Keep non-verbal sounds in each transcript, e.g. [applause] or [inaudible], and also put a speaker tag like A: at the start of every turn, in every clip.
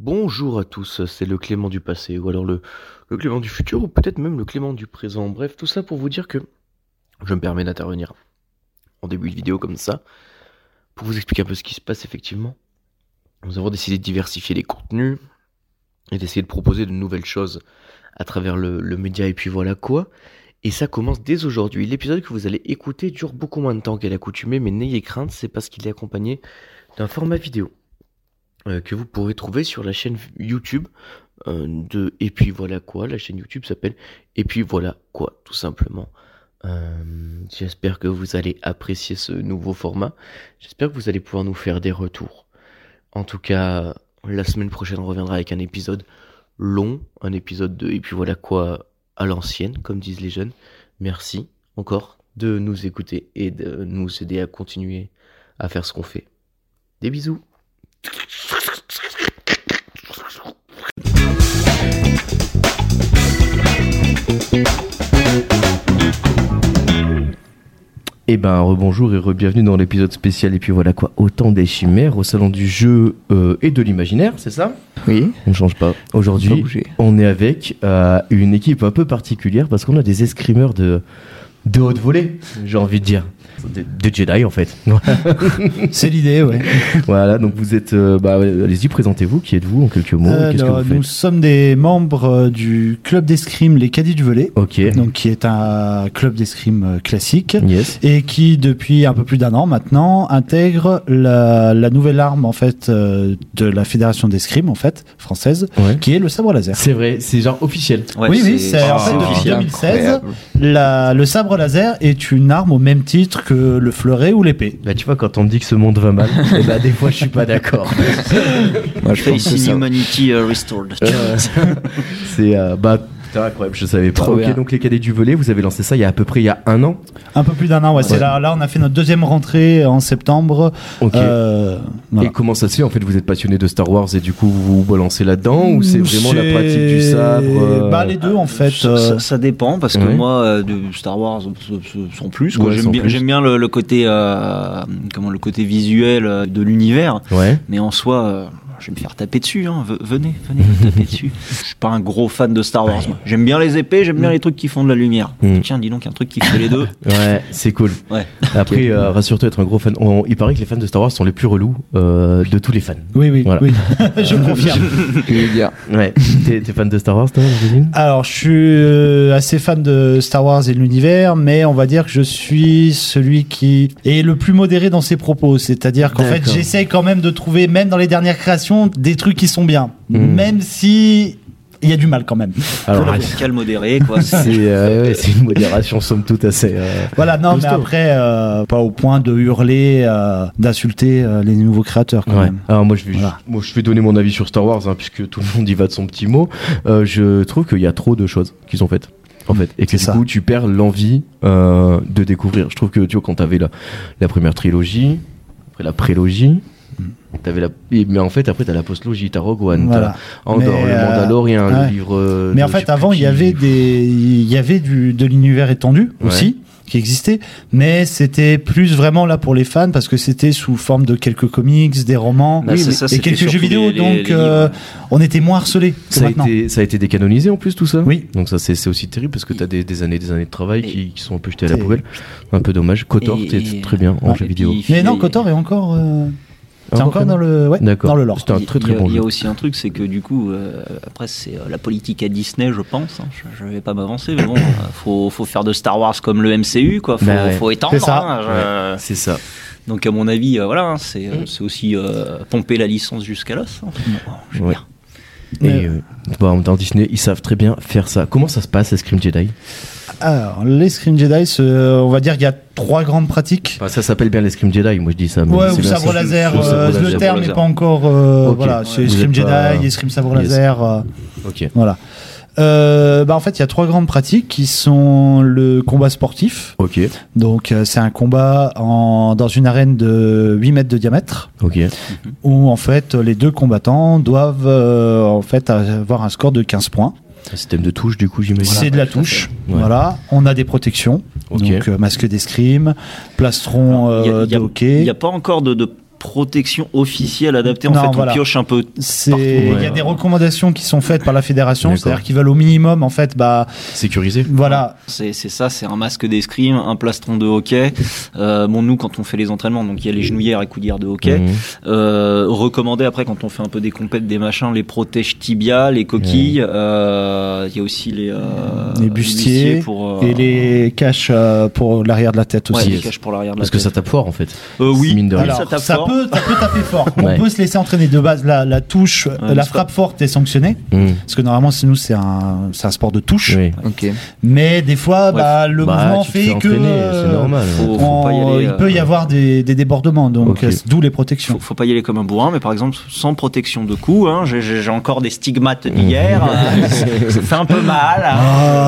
A: Bonjour à tous, c'est le Clément du passé, ou alors le, le Clément du futur, ou peut-être même le Clément du présent. Bref, tout ça pour vous dire que je me permets d'intervenir en début de vidéo comme ça, pour vous expliquer un peu ce qui se passe effectivement. Nous avons décidé de diversifier les contenus et d'essayer de proposer de nouvelles choses à travers le, le média, et puis voilà quoi. Et ça commence dès aujourd'hui. L'épisode que vous allez écouter dure beaucoup moins de temps qu'à l'accoutumée, mais n'ayez crainte, c'est parce qu'il est accompagné d'un format vidéo euh, que vous pourrez trouver sur la chaîne YouTube euh, de Et puis voilà quoi. La chaîne YouTube s'appelle Et puis voilà quoi, tout simplement. Euh, J'espère que vous allez apprécier ce nouveau format. J'espère que vous allez pouvoir nous faire des retours. En tout cas, la semaine prochaine, on reviendra avec un épisode long, un épisode de Et puis voilà quoi à l'ancienne, comme disent les jeunes. Merci encore de nous écouter et de nous aider à continuer à faire ce qu'on fait. Des bisous
B: Eh ben, rebonjour et re-bienvenue dans l'épisode spécial. Et puis voilà quoi, autant des chimères au salon du jeu euh, et de l'imaginaire, c'est ça
C: Oui.
B: On ne change pas. Aujourd'hui, on est avec euh, une équipe un peu particulière parce qu'on a des escrimeurs de, de haute volée, j'ai envie de dire. Des, des Jedi en fait.
C: C'est l'idée, ouais.
B: [laughs] voilà, donc vous êtes. euh, bah, Allez-y, présentez-vous. Qui êtes-vous en quelques mots Qu'est-ce que
C: Alors,
B: vous
C: nous
B: faites
C: sommes des membres euh, du club d'escrime Les Cadis du Velay,
B: Ok.
C: donc qui est un club d'escrime euh, classique
B: Yes.
C: et qui, depuis un peu plus d'un an maintenant, intègre la, la nouvelle arme en fait euh, de la fédération d'escrime en fait française,
B: Ouais.
C: qui est le sabre laser.
B: C'est vrai, c'est genre officiel.
C: oui, oui, c'est en fait depuis
B: officiel.
C: 2016, la- le sabre laser est une arme au même titre que le fleuret ou l'épée.
B: Bah tu vois quand on me dit que ce monde va [laughs] mal, eh ben, des fois je suis pas d'accord.
D: Moi, je pense
E: Face
D: que
E: in
D: ça-
E: Humanity euh, Restored.
B: Euh, c'est euh, bah putain, incroyable, je savais pas.
D: Trop
B: ok
D: bien.
B: donc les cadets du volet, vous avez lancé ça il y a à peu près il y a un an.
C: Un peu plus d'un an, ouais. c'est Là, là, on a fait notre deuxième rentrée en septembre.
B: Ok.
C: Euh,
B: Et comment ça se fait en fait Vous êtes passionné de Star Wars et du coup vous vous balancez là-dedans ou c'est vraiment la pratique du sabre euh,
C: Bah les deux en fait.
E: ça,
C: euh,
E: ça- ça dépend parce que
B: ouais.
E: moi euh, de Star Wars euh, sont plus quoi.
B: Ouais, sans
E: j'aime bien
B: plus.
E: j'aime bien le, le côté euh, comment le côté visuel euh, de l'univers
B: Ouais.
E: mais en soi euh, je vais me faire taper dessus hein. V- venez venez me taper
B: [laughs]
E: dessus je suis pas un gros fan de Star Wars moi. j'aime bien les épées j'aime bien les trucs qui font de la lumière
B: Mm.
E: tiens dis donc un truc qui fait les deux
B: Ouais, c'est cool.
E: ouais
B: Après, euh, rassure-toi, être un gros fan. on- il paraît que les fans de Star Wars sont les plus relous euh, de tous les
E: [laughs]
B: fans.
C: Oui oui
B: Voilà. [laughs]
C: oui. [laughs] je confirme.
B: Ouais. T'es t'es fan de Star Wars, toi, Roselyne
C: Alors je suis euh, assez fan de Star Wars et de l'univers, mais on va dire que je suis celui qui est le plus modéré dans ses propos. C'est-à-dire qu'en fait
B: D'accord.
C: j'essaye quand même de trouver, même dans les dernières créations, des trucs qui sont bien,
B: Mm.
C: même si il y a du mal quand même.
B: [laughs] Alors,
E: Faut le calme modéré quoi
B: [laughs]
E: C'est-
B: c'est euh, ouais, c'est une modération somme toute assez. euh,
C: Voilà, non, mais
B: Costaud.
C: après, euh, pas au point de hurler, euh, d'insulter euh, les nouveaux créateurs quand
B: Ouais.
C: même.
B: Alors moi je vais
C: Voilà.
B: moi je vais donner mon avis sur Star Wars hein, puisque tout le monde y va de son petit mot. Euh, je trouve qu'il y a trop de choses qu'ils ont faites. En fait, et que
C: C'est
B: du
C: ça.
B: coup, tu perds l'envie euh, de découvrir. Je trouve que tu vois, quand t'avais la, la première trilogie, après la prélogie, t'avais la, et- mais en fait, après, t'as la postlogie, t'as Rogue One,
C: Mm. Voilà.
B: t'as Andor,
C: Mais,
B: le
C: euh,
B: Mandalorian, le
C: ouais.
B: livre. euh,
C: Mais en
B: de- je
C: fait,
B: sais
C: avant,
B: plus
C: il y
B: qui-
C: avait des, il y avait du, de l'univers étendu
B: Ouais.
C: aussi qui existait, mais c'était plus vraiment là pour les fans parce que c'était sous forme de quelques comics, des romans
E: Bah, c'est ça,
C: et
E: c'était
C: quelques jeux
E: surtout
C: vidéo.
E: les- les-
C: donc,
E: les livres.
C: euh, on était moins harcelé que
B: Ça a,
C: maintenant.
B: été, ça a été décanonisé en plus tout ça
C: Oui.
B: Donc ça c'est c'est aussi terrible parce que t'as des, des années des années de travail
E: Et-
B: qui, qui sont un peu jetées à la
C: Et-
B: poubelle. Un peu dommage. Kotor,
E: Et-
B: t'es
E: et-
B: très bien en
C: Ouais.
B: jeu
E: Et
B: vidéo.
E: puis,
C: Mais non,
E: il-
C: Kotor est encore, euh, c'est
B: Encore
C: encore dans le, ouais,
B: D'accord.
C: dans le lore.
B: C'était un
E: Il-
B: très très
E: il y a-
B: bon
E: Il y
B: jeu.
E: a aussi un truc, c'est que du coup, euh, après, c'est euh, la politique à Disney, je pense. hein. Je, je vais pas m'avancer, mais bon, euh, faut, faut faire de Star Wars comme le MCU, quoi. Faut,
B: Bah ouais.
E: faut étendre.
C: C'est ça.
E: hein, je-
B: C'est ça.
E: Donc, à mon avis, euh, voilà, hein, c'est
C: Mm.
E: euh, c'est aussi euh, pomper la licence jusqu'à l'os. hein. Bon, je veux
B: Ouais.
E: dire.
B: Et
C: Mais-
B: euh, bon, dans Disney, ils savent très bien faire ça. Comment ça se passe, Scream Jedi
C: Alors, les Scream Jedi, c'est, euh, on va dire, il y a trois grandes pratiques.
B: Enfin, Ça s'appelle bien les Scream Jedi, moi je dis ça. mais
C: Ouais,
B: c'est
C: ou
B: bien
C: sabre
B: ça.
C: laser,
B: Ou sabre
C: euh,
B: laser.
C: le terme
E: laser.
C: n'est pas encore, euh,
B: Ok.
C: voilà, c'est
B: Vous
C: Scream
B: êtes pas-
C: Jedi, Scream sabre
B: Yes.
C: laser. euh,
B: Ok.
C: Voilà. Euh, bah en fait, il y a trois grandes pratiques qui sont le combat sportif.
B: Ok.
C: Donc, euh, c'est un combat en, dans une arène de 8 mètres de diamètre
B: Ok.
C: où, en fait, les deux combattants doivent euh, en fait avoir un score de 15 points.
B: Un système de touche, du coup, j'imagine.
C: c'est de la touche.
B: Ouais.
C: Voilà. On a des protections.
B: Ok.
C: Donc, euh, masque d'escrime, plastron
E: Alors, il y a-
C: euh,
E: il y a-
C: de
E: Il
C: hockey.
E: n'y a pas encore de. de protection officielle adaptée. En
C: Non,
E: fait, on
C: voilà.
E: pioche un peu.
C: C'est-
E: Partout,
C: il y
E: ouais.
C: a des recommandations qui sont faites par la fédération,
B: D'accord.
C: c'est-à-dire qu'ils veulent au minimum en fait, bah
B: Sécurisé
C: voilà,
E: C'est c'est ça, c'est un masque d'escrime, un plastron de hockey. Euh, bon, nous, quand on fait les entraînements, donc il y a les genouillères et coudières de hockey.
B: Mhm.
E: Euh, recommandé après quand on fait un peu des compètes, des machins, les protèges tibia, les coquilles. euh, Il y a aussi les, euh,
C: Les bustiers
E: pour, euh,
C: et les caches euh, pour l'arrière de la tête
E: ouais,
C: aussi.
E: les caches pour l'arrière de la
B: Parce que
E: tête.
B: ça tape fort en fait.
E: Euh, oui,
B: mine de
E: oui,
B: rien.
E: ça
C: Alors,
E: tape fort.
C: peut, ça peut taper
E: [laughs]
C: fort.
B: Ouais.
C: On peut se laisser entraîner de base. La, la touche, euh,
E: mais
C: la
E: c'est pas-
C: frappe forte est sanctionnée.
B: Mhm.
C: Parce que normalement, c'est- nous, c'est un, c'est un sport de touche.
B: Oui.
A: Ok.
C: Mais des fois,
E: Ouais.
C: bah, le
B: Bah,
C: mouvement
B: tu te fais
C: fait que.
B: entraîner,
C: euh,
B: C'est normal.
E: Faut, faut
C: on-
E: pas y aller,
C: il
E: euh,
C: peut y avoir des, des débordements. Donc,
B: Ok.
C: euh, d'où les
E: faut,
C: protections.
E: faut pas y aller comme un bourrin, mais par exemple, sans protection de cou, hein, j'ai- j'ai j'ai encore des stigmates
C: [laughs]
E: d'hier, euh, ça fait un peu mal. hein.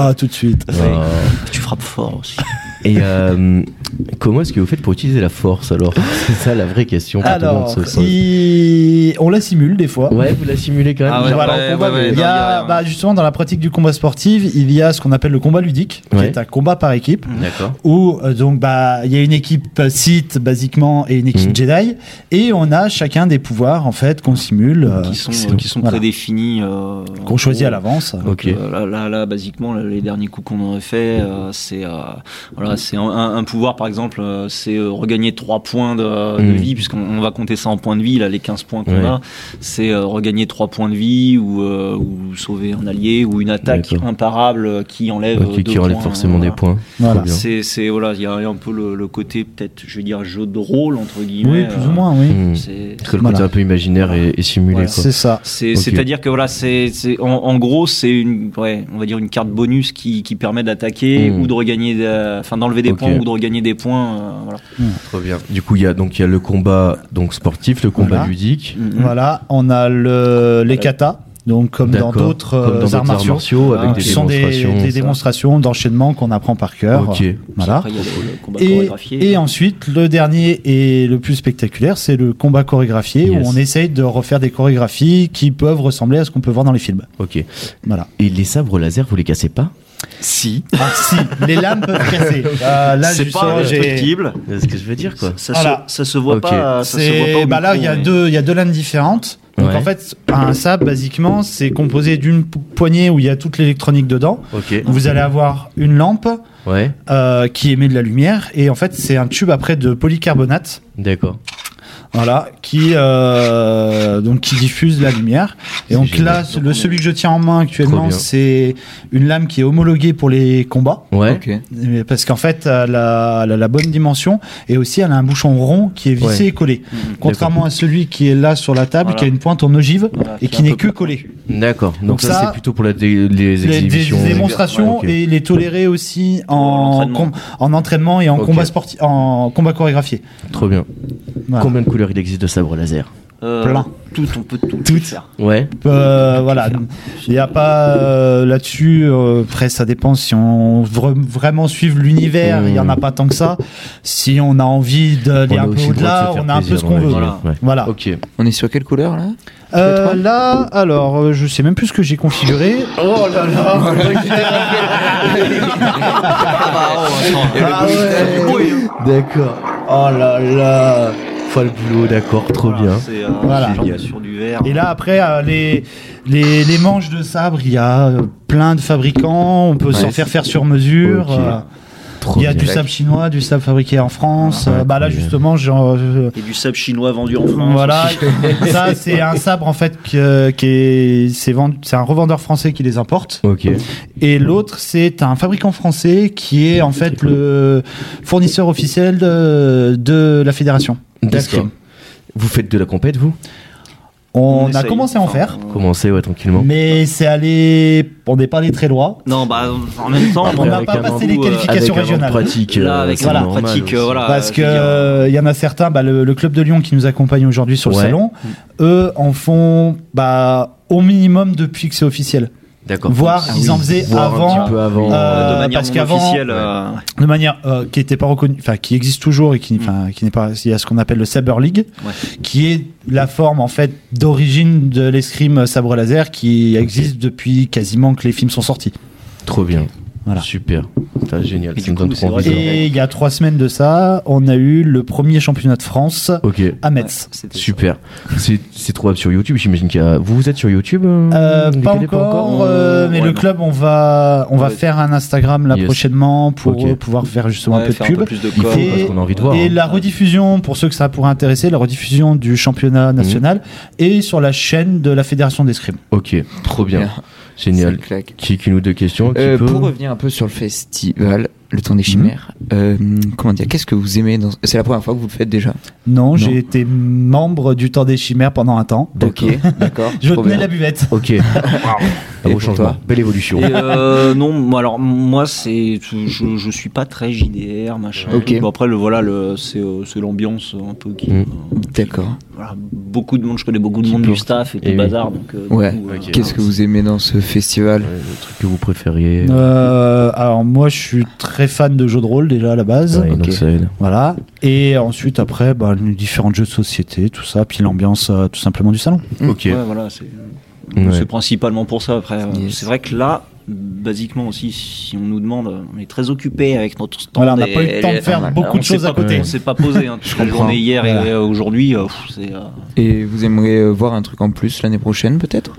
C: Ah, tout de suite.
E: Ouais.
B: Ah.
E: Tu frappes fort aussi.
B: Et euh, comment est-ce que vous faites pour utiliser la force alors [laughs] C'est ça la vraie question. pour tout le
C: Alors,
B: monde, ça-
C: il- on la simule des fois.
B: Ouais, vous la simulez quand même.
E: Ah ouais,
B: genre,
C: Voilà,
B: en combat, mais-
E: ouais,
C: Il y
E: non, il y a
C: a,
E: rien.
C: bah, justement, dans la pratique du combat sportif, il y a ce qu'on appelle le combat ludique, qui
B: Ouais.
C: est un combat par équipe.
B: D'accord.
C: où euh, donc bah il y a une équipe euh, Sith basiquement et une équipe
B: Mhm.
C: Jedi et on a chacun des pouvoirs en fait qu'on simule euh,
E: qui sont,
C: qui
E: euh, qui sont
C: voilà,
E: prédéfinis. euh, en
C: qu'on choisit
E: gros.
C: à l'avance.
B: Ok.
E: Euh, là, là, là, basiquement, là, les derniers coups qu'on aurait fait, euh, c'est euh, voilà, c'est un, un- un pouvoir par exemple, euh, c'est euh, regagner 3 points de, de
B: Mm.
E: vie puisqu'on on va compter ça en points de vie. Là, les 15 points qu'on
B: Ouais.
E: a, c'est euh, regagner 3 points de vie ou, euh, ou sauver un allié ou une attaque
B: D'accord.
E: imparable euh, qui enlève
B: Ok,
E: euh,
B: qui
E: deux
B: enlève
E: points,
B: forcément
E: euh,
B: des points.
C: Voilà.
B: bien.
E: C'est c'est- voilà, il y a un peu le, le côté peut-être, je vais dire jeu de rôle entre guillemets.
C: oui, plus
E: euh,
C: ou moins, oui.
B: Mhm.
E: c'est-
B: Parce que le côté
C: Voilà.
B: un peu imaginaire et, et simulé.
E: Ouais,
B: quoi.
C: C'est ça.
E: C'est,
B: Ok.
E: C'est-à-dire que voilà, c'est, c'est- en, en gros, c'est une, ouais, on va dire une carte bonus qui, qui permet d'attaquer
B: Mm.
E: ou de regagner, de- enfin d'enlever des
B: Ok.
E: points ou de regagner des points. euh, voilà.
B: Trop bien. Du coup, il y a donc il y a le combat donc sportif, le combat
C: Voilà.
B: ludique.
E: Mm.
C: Voilà, on a le, les katas, donc comme dans
B: D'accord.
C: d'autres
B: Comme dans
C: euh, arts martiaux,
B: avec
E: Ah,
B: des
C: qui sont des,
B: démonstrations.
C: des démonstrations d'enchaînement qu'on apprend par cœur.
B: Ok.
C: Voilà.
E: Après, il y a le, le combat
C: Et,
E: chorégraphié.
C: et ensuite, le dernier et le plus spectaculaire, c'est le combat chorégraphié
B: Yes.
C: où on essaye de refaire des chorégraphies qui peuvent ressembler à ce qu'on peut voir dans les films.
B: Ok. Et
C: Voilà. [laughs]
B: les sabres laser, vous les cassez pas
E: si,
C: Ah si, les lames peuvent casser. Euh, là,
E: c'est
C: justement,
E: pas
C: j'ai.
E: indestructible.
B: C'est ce que je veux dire quoi.
E: Ça, ça
C: Voilà.
E: se, ça se voit
B: Ok.
E: pas. Ça se voit pas
C: C'est
E: au
C: bah là, il y a
E: micro, mais-
C: deux, il y a deux lames différentes. Donc
B: Ouais.
C: en fait, un sabre basiquement, c'est composé d'une po- poignée où il y a toute l'électronique dedans.
B: Ok.
C: Vous allez avoir une lampe
B: Ouais.
C: euh, qui émet de la lumière et en fait, c'est un tube après de polycarbonate.
B: D'accord.
C: Voilà, qui euh, donc qui diffuse la lumière. Et
B: C'est
C: donc
B: génial.
C: là, le celui que je tiens en main
B: Trop
C: actuellement,
B: bien.
C: c'est une lame qui est homologuée pour les combats.
B: Ouais.
C: Mais Parce qu'en fait, elle a, elle a la bonne dimension et aussi elle a un bouchon rond qui est vissé
B: Ouais.
C: et collé.
E: Mhm.
C: Contrairement à celui qui est là sur la table,
E: Voilà.
C: qui a une pointe en ogive
E: Voilà,
C: et
E: qui
C: qui
E: est un
C: n'est
E: peu
C: que
E: plus
C: collé.
B: D'accord. Donc,
C: Donc
B: ça,
C: ça,
B: c'est plutôt pour la dé- les
C: Les, des
B: exhibitions. [laughs]
C: démonstrations
B: Ouais, ok.
C: et il est toléré aussi en,
E: L'entraînement.
C: com- en entraînement et en
B: Ok.
C: combat sportif, en combat chorégraphié.
B: Trop bien.
C: Voilà.
B: Combien de couleurs il existe de sabres laser
E: Euh,
C: plein.
E: Tout, on peut tout,
C: Tout.
E: faire.
B: Ouais.
C: Euh, voilà, il n'y a pas euh, là-dessus. euh, après, ça dépend si on vre- vraiment suivre l'univers. Il y en a pas tant que ça. Si on a envie d'aller
B: On a
C: un peu
B: aussi le droit de
C: au-delà,
B: se faire
C: on a un peu
B: plaisir
C: ce
B: dans
C: qu'on
B: la
C: veut.
B: vie.
E: Voilà.
B: Ouais.
C: Voilà.
B: Ok.
A: On est sur quelle couleur là
C: Euh, là, alors, euh, je sais même plus ce que j'ai configuré.
A: Oh là
E: Ah bah, oh, attends.
C: Ah ouais.
B: D'accord. Oh là là. Faut le boulot, d'accord, trop
E: Voilà,
B: bien.
E: C'est euh,
C: Voilà.
E: sur- sur du verre.
C: Et là, après, euh, les, les, les manches de sabre, il y a euh, plein de fabricants. On peut s'en
A: Ouais.
C: faire faire sur mesure.
B: Ok.
C: euh,
B: Trop
C: Il y a
B: bien.
C: du sabre chinois, du sabre fabriqué en France.
B: Ah,
C: Euh, bah là,
B: incroyable.
C: justement, j'en- euh, je-
E: Et du sable chinois vendu en France.
C: voilà.
E: aussi.
C: Ça, c'est un sabre en fait que- qui est, c'est vendu- c'est un revendeur français qui les importe.
B: Ok.
C: Et l'autre, c'est un fabricant français qui est en fait le fournisseur officiel de, de la fédération.
B: D'accord. Vous faites de la compète, vous
C: On, a
E: essaye.
C: commencé à en
E: Enfin, euh,
C: faire.
E: on-
B: Commencez, ouais, tranquillement.
C: Mais c'est allé. On n'est pas allé très loin.
E: Non, bah en même temps,
C: on n'a
B: avec
C: pas
B: un
C: passé
E: bambou,
C: les
E: euh,
C: qualifications
B: un an de
C: régionales.
B: pratique.
E: Là, avec
B: euh, c'est
E: un an de
B: normal
E: pratique,
B: aussi.
E: euh, voilà.
C: Parce
E: euh,
C: que
E: je veux dire,
C: euh, il y en a certains, bah, le, le club de Lyon qui nous accompagne aujourd'hui sur
B: Ouais. Mm.
C: le salon, eux en font bah, au minimum depuis que c'est officiel.
B: D'accord.
C: Voire,
B: Ah
C: ils
B: oui,
C: en faisaient
B: voire un
C: avant,
B: petit peu avant.
C: euh,
E: de manière
C: parce
E: non
C: qu'avant-
E: officielle. euh,
C: De manière euh, qui n'était pas reconnue, enfin qui existe toujours et qui,
B: Mm.
C: enfin, qui n'est pas. Il y a ce qu'on appelle le Saber League,
E: Ouais.
C: qui est la forme en fait d'origine de l'escrime sabre laser qui existe depuis quasiment que les films sont sortis.
B: Trop bien.
C: Voilà.
B: Super. Putain, génial,
E: Et
B: ça
E: du
B: me
E: coup,
B: donne
E: c'est
B: trop envie.
E: vrai que-
C: Et il y a trois semaines de ça, on a eu le premier championnat de France
B: Ok,
C: à Metz.
E: C'était
B: super. C'est c'est trouvable sur YouTube, j'imagine qu'il y a... Vous, vous êtes sur YouTube euh,
C: Euh,
B: Nicolas,
C: pas encore,
E: encore
C: euh, mais
E: Ouais,
C: le
E: non.
C: club, on va, on va
E: Ouais.
C: faire un Instagram là
B: Yes.
C: prochainement pour
B: Ok.
C: euh, pouvoir faire justement
E: Ouais,
C: un peu de
E: faire
C: pub.
E: plus de
B: Il faut,
E: com.
C: Et-
B: parce qu'on a envie de voir.
C: Et
B: hein.
C: la rediffusion, pour ceux que ça pourrait intéresser, la rediffusion du championnat national et sur la chaîne de la Fédération d'escrime.
B: Ok, trop bien. Génial.
D: Ça claque.
B: Qui, qui nous deux questions qui
D: Euh,
B: peut-
D: Pour revenir un peu sur le festival, le temps des chimères,
B: Mhm.
D: euh, comment dire, qu'est-ce que vous aimez dans... C'est la première fois que vous le faites déjà.
C: Non, j'ai été membre du Temps des Chimères pendant un temps.
B: D'accord.
D: Ok, d'accord.
C: Je
D: trop
C: tenais
D: bien.
C: la buvette.
E: [laughs]
B: Ok. Un
D: Et
B: beau
D: pour
B: changement.
D: toi
B: Belle évolution.
E: Et, euh, non, moi, alors moi c'est je, je suis pas très JDR machin.
D: Ok.
E: Bon, après le voilà le c'est euh, c'est l'ambiance un peu qui
B: Mm.
E: euh,
D: D'accord.
E: voilà, beaucoup de monde, je connais beaucoup de
B: Qui
E: monde du
B: porte.
E: staff et
B: Et
E: du
B: oui.
E: bazar donc euh, du
D: Ouais.
E: coup, euh,
B: Ok.
D: Qu'est-ce que vous aimez dans ce festival
B: Euh, Le truc que vous préfériez.
C: Euh, alors moi, je suis très fan de jeux de rôle déjà à la base.
B: Ouais, donc
D: ok.
B: ça aide.
C: Voilà. Et ensuite, après, bah, les différents jeux de société, tout ça, puis l'ambiance euh, tout simplement du salon.
B: Ok.
E: ouais, voilà, c'est
B: Ouais.
E: c'est principalement pour ça après euh,
D: Yes.
E: c'est vrai que là basiquement aussi si on nous demande euh, on est très occupé avec notre stand
C: Voilà, on n'a
E: et-
C: pas eu le temps de
E: et-
C: faire
D: normal.
C: beaucoup
E: on
C: de
E: s'est
C: choses à
E: pas-
C: côté.
E: on s'est pas posé hein, toute la
D: comprends.
E: journée hier et
C: Voilà.
E: euh, aujourd'hui euh, pff, c'est euh,
D: Et vous aimeriez euh, voir un truc en plus l'année prochaine, peut-être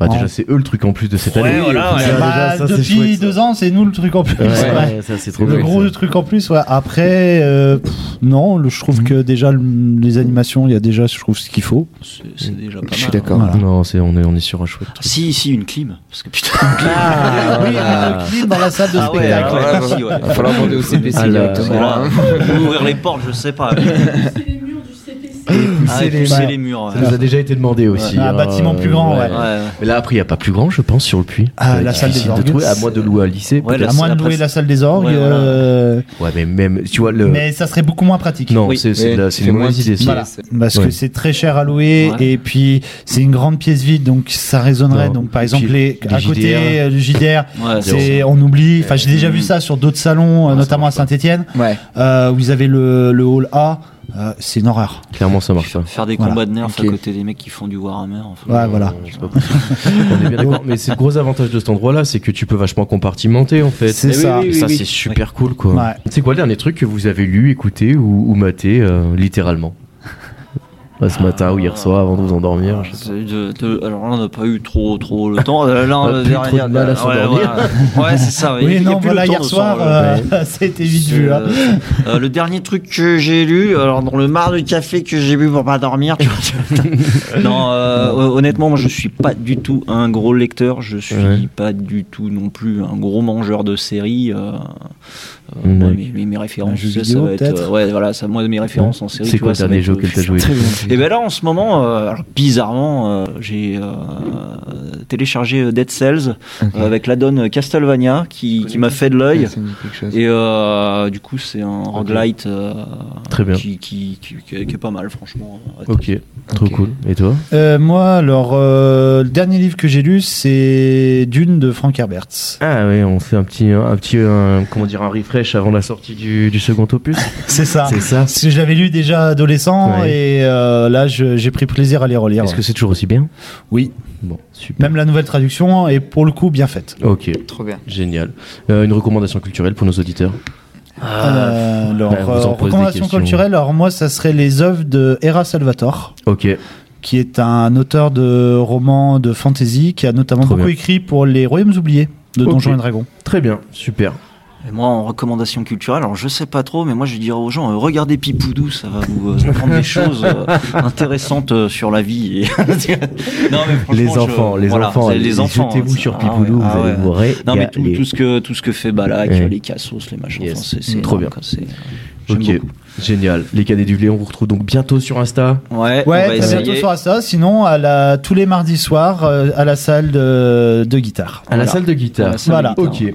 B: Bah, déjà, c'est eux le truc en plus de cette
E: Ouais,
B: année.
E: voilà, ouais.
B: Ça,
C: Bah,
B: déjà, ça, c'est
C: depuis
B: chouette, ça.
C: deux ans, c'est nous le truc en plus.
B: Ouais,
C: ouais.
B: ouais, ça, c'est trop
C: Le
B: bien.
C: gros truc en plus, ouais. Après, euh, pff, non, le- je
B: Mm.
C: trouve que déjà le- les animations, il y a déjà, je trouve, ce qu'il faut.
B: Ah,
E: c'est c'est déjà pas mal.
D: Je suis
E: hein.
D: d'accord.
C: Voilà.
B: Non, c'est on est on est sur un chouette.
E: Si, si, une clim. Parce que putain,
C: Ah, oui, le clim dans la salle de
E: Ah ouais,
C: spectacle.
E: alors là, si, ouais.
D: Il va falloir demander au CPC
B: Ah là,
D: directement.
E: Voilà,
D: hein.
E: ouvrir les portes, je sais pas.
F: C'est les murs du CPC.
E: Ah, et
C: les-
E: pousser
C: ouais.
E: les murs. ouais.
B: Ça nous a déjà été demandé aussi.
C: Un
B: hein,
C: bâtiment plus grand, ouais.
E: Ouais, ouais.
B: Mais là, après, il n'y a pas plus grand, je pense, sur le puits.
C: Ah,
B: Ça va
C: la
B: être
C: salle des
B: difficile de
C: orgues.
B: trouver, À moins de louer un lycée.
E: Ouais,
B: peut-être.
E: la-
C: À moins de
E: après,
C: louer
E: c'est-
C: la salle des orgues,
E: Ouais, voilà.
C: euh,
B: Ouais, mais même, tu vois, le.
C: mais ça serait beaucoup moins pratique.
B: Non,
E: Oui.
B: c'est c'est de la- c'est une
D: Fais-moi
B: mauvaise
D: un petit-
B: idée. ça.
D: Voilà.
C: Parce
B: Ouais.
C: que c'est très cher à louer
E: Ouais.
C: et puis c'est une grande pièce vide donc ça résonnerait.
B: Non.
C: Donc par
B: Et
C: exemple
B: puis,
C: les,
B: les
C: à côté
B: JDR.
C: euh, le JDR,
E: Ouais, c'est-
C: c'est on oublie. Enfin j'ai déjà vu
E: Mm.
C: ça sur d'autres salons, euh, notamment à Saint-Étienne,
D: Ouais.
C: euh, où ils avaient le, le hall A. euh, c'est une horreur.
B: Clairement, ça marche pas.
E: Faire des
C: Voilà.
E: combats de nerfs
D: Ok.
E: à côté des mecs qui font du Warhammer. enfin.
C: Ouais, voilà.
B: C'est pas
C: [laughs]
B: possible. On est bien d'accord. Mais c'est le gros avantage de cet endroit-là, c'est que tu peux vachement compartimenter en fait.
C: C'est Eh oui, ça. oui,
B: Et
C: oui,
B: ça,
E: oui.
B: c'est super cool quoi.
C: Ouais.
B: C'est quoi le dernier truc que vous avez lu, écouté ou, ou maté euh, littéralement Bah, Ce matin ou hier soir avant de vous endormir. je sais
E: C'est de- de- alors là, on n'a pas eu trop, trop le temps. Là, là,
B: On a
E: le
B: plus
E: dernier-
B: trop de mal à
E: ouais,
B: s'endormir.
E: voilà. Ouais, c'est
C: [laughs]
E: ça.
C: Oui,
E: il y a
C: non,
E: plus le
C: voilà,
E: temps
C: hier
E: de
C: soir,
E: s'en-
C: euh, [laughs] ça a été vite vu. hein.
E: Euh, euh, le dernier truc que j'ai lu, alors dans le marre de café que j'ai bu pour pas dormir, tu
B: [laughs]
E: vois. non, euh, hon- honnêtement, moi je suis pas du tout un gros lecteur, je suis
B: Ouais.
E: pas du tout non plus un gros mangeur de séries. euh, euh,
B: Mm,
E: moi,
B: ouais.
E: mes, mes- mes références,
C: jeu
E: ça, ça
C: vidéo,
E: va être,
C: peut-être
E: euh, ouais, voilà, ça, moi mes références en
B: pas.
E: série.
B: C'est
E: tu
B: quoi le
E: vois, ça
B: dernier
E: va
B: jeu
E: être- euh,
B: auquel t'as joué
D: Très bien.
E: et ben là en ce moment, euh, alors, bizarrement, euh, j'ai euh, téléchargé euh, Dead Cells
D: Ok.
E: euh, avec l'addon Castlevania qui, qui m'a fait de l'œil.
D: Ouais, ça me dit quelque chose.
E: Et euh, du coup, c'est un roguelite euh,
B: Très bien.
E: Qui, qui, qui, qui est qui est pas mal, franchement. Ouais,
B: Ok, trop
D: Ok.
B: cool. Et toi
C: Euh, moi, alors, euh, le dernier livre que j'ai lu, c'est Dune de Frank Herbert.
B: Ah oui, on fait un petit, un petit, un- comment dire, un refresh avant la sortie du, du second opus.
C: C'est ça.
B: Ah. c'est ça.
C: Parce que je l'avais lu déjà adolescent
B: Ouais.
C: et euh, là, je- j'ai pris plaisir à les relire.
B: Est-ce que c'est toujours aussi bien
C: Oui.
B: Bon, super.
C: Même la nouvelle traduction est pour le coup bien faite.
B: Ok,
D: Trop bien.
B: génial. Euh, une recommandation culturelle pour nos auditeurs.
C: Euh, alors,
B: Bah, vous en
C: euh,
B: posez des
C: recommandation
B: questions.
C: culturelle, alors moi, ça serait les œuvres de Hera Salvatore,
B: Ok,
C: qui est un auteur de romans de fantasy, qui a notamment
B: Trop
C: beaucoup
B: bien.
C: écrit pour les Royaumes oubliés de
B: Ok.
C: Donjons et Dragons.
B: très bien, super.
E: Et moi, en recommandation culturelle, alors je sais pas trop, mais moi je dirais aux gens, euh, regardez Pipoudou, ça va vous euh,
B: [laughs]
E: apprendre des choses euh, intéressantes euh, sur la vie. [laughs] Et- non, mais franchement,
B: Les
E: je-
B: enfants, les
E: voilà,
B: enfants,
E: c'est les enfants.
B: Jetez-vous
E: hein,
B: sur
E: ça-
B: Pipoudou,
E: ah
B: vous
E: ouais,
B: allez
E: ah
B: vous
E: ouais.
B: régaler.
E: Non, mais tout, tout ce que, tout ce que fait Balak,
B: Ouais.
E: les cassos, les machins,
B: Yes.
E: enfin, c'est- c'est
B: Trop
E: énorme,
B: bien.
E: quoi, c'est- j'aime
B: Ok, génial. Les cadets du blé, on vous retrouve donc bientôt sur Insta.
E: beaucoup. Ouais, on va
C: Ouais, très bientôt
E: essayer.
C: sur ça. Sinon, à la, tous les mardis soirs, euh, à la salle de, de guitare.
B: À la salle de
E: À
B: guitare.
E: la salle
C: Voilà.
E: de guitare.
B: Ok,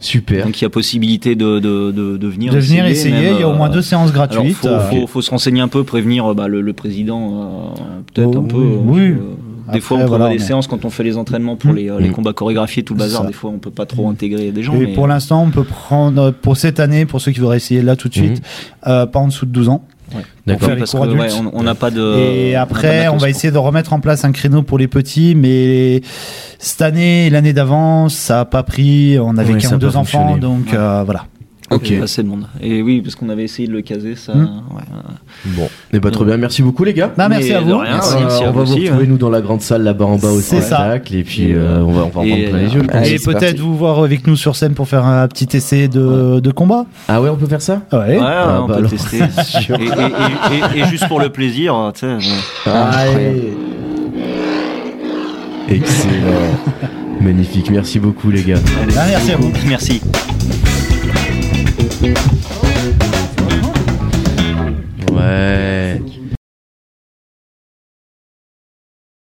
B: super.
E: Donc il y a possibilité de, de, de, de venir
C: De venir
E: essayer,
C: essayer,
E: même,
C: il y a au moins
E: euh,
C: deux séances
E: Alors,
C: gratuites.
E: faut, faut, faut se renseigner un peu, prévenir euh, bah, le, le président, euh, peut-être
C: Oh,
E: un peu.
C: oui,
E: euh,
C: oui.
E: euh,
C: Après,
E: des fois, on prévoit
C: voilà,
E: des
C: on-
E: séances quand on fait les entraînements pour les, euh, les combats chorégraphiés, tout le
C: C'est
E: bazar.
C: ça. Mm.
E: Des fois, on peut pas trop intégrer des gens.
C: Et
E: mais-
B: Mhm.
C: pour l'instant, on peut prendre euh, pour cette année, pour ceux qui voudraient essayer là tout de suite, euh, pas en dessous de 12 ans.
E: Pour
B: D'accord.
E: faire les
C: Parce
E: cours
C: que,
E: adultes.
C: ouais,
E: on on n'a pas de.
C: Et
E: Euh, on n'a pas de
C: après,
E: matos
C: on va
E: pour-
C: essayer de remettre en place un créneau pour les petits, mais cette année et l'année d'avant, ça a pas pris. On avait
B: Ouais,
C: qu'un
B: ça a
C: ou deux
B: pas
C: enfants,
B: fonctionné.
C: donc
E: Ouais.
C: euh, voilà.
B: Ok.
E: Et Assez de monde. Et oui, parce qu'on avait essayé de le caser, ça.
C: Hmm.
E: ouais, euh,
B: Bon, et bah trop bien, merci beaucoup les gars.
C: Non, Bah, merci
E: Mais
C: à
E: de
C: vous.
E: rien,
B: Euh,
E: merci à
B: on
E: vous
B: va vous
E: aussi,
B: retrouver
E: hein.
B: nous dans la grande salle là-bas en bas au
C: C'est ça.
B: spectacle et puis euh, on va on va en
E: Et,
B: prendre plein les
E: euh,
B: yeux. je pense.
D: Allez,
C: et
D: c'est
C: peut-être
D: parti.
C: vous voir avec nous sur scène pour faire un petit essai de, de combat.
B: Ah ouais, on peut faire ça
C: Ouais.
E: ouais,
B: Ah,
E: on
B: bah
E: peut
B: alors,
E: tester.
C: [laughs]
E: et, et- et- et- et juste pour le plaisir, tu sais. ouais.
B: Allez. Excellent. Magnifique, merci beaucoup les gars.
C: Ah, merci à vous.
E: Merci.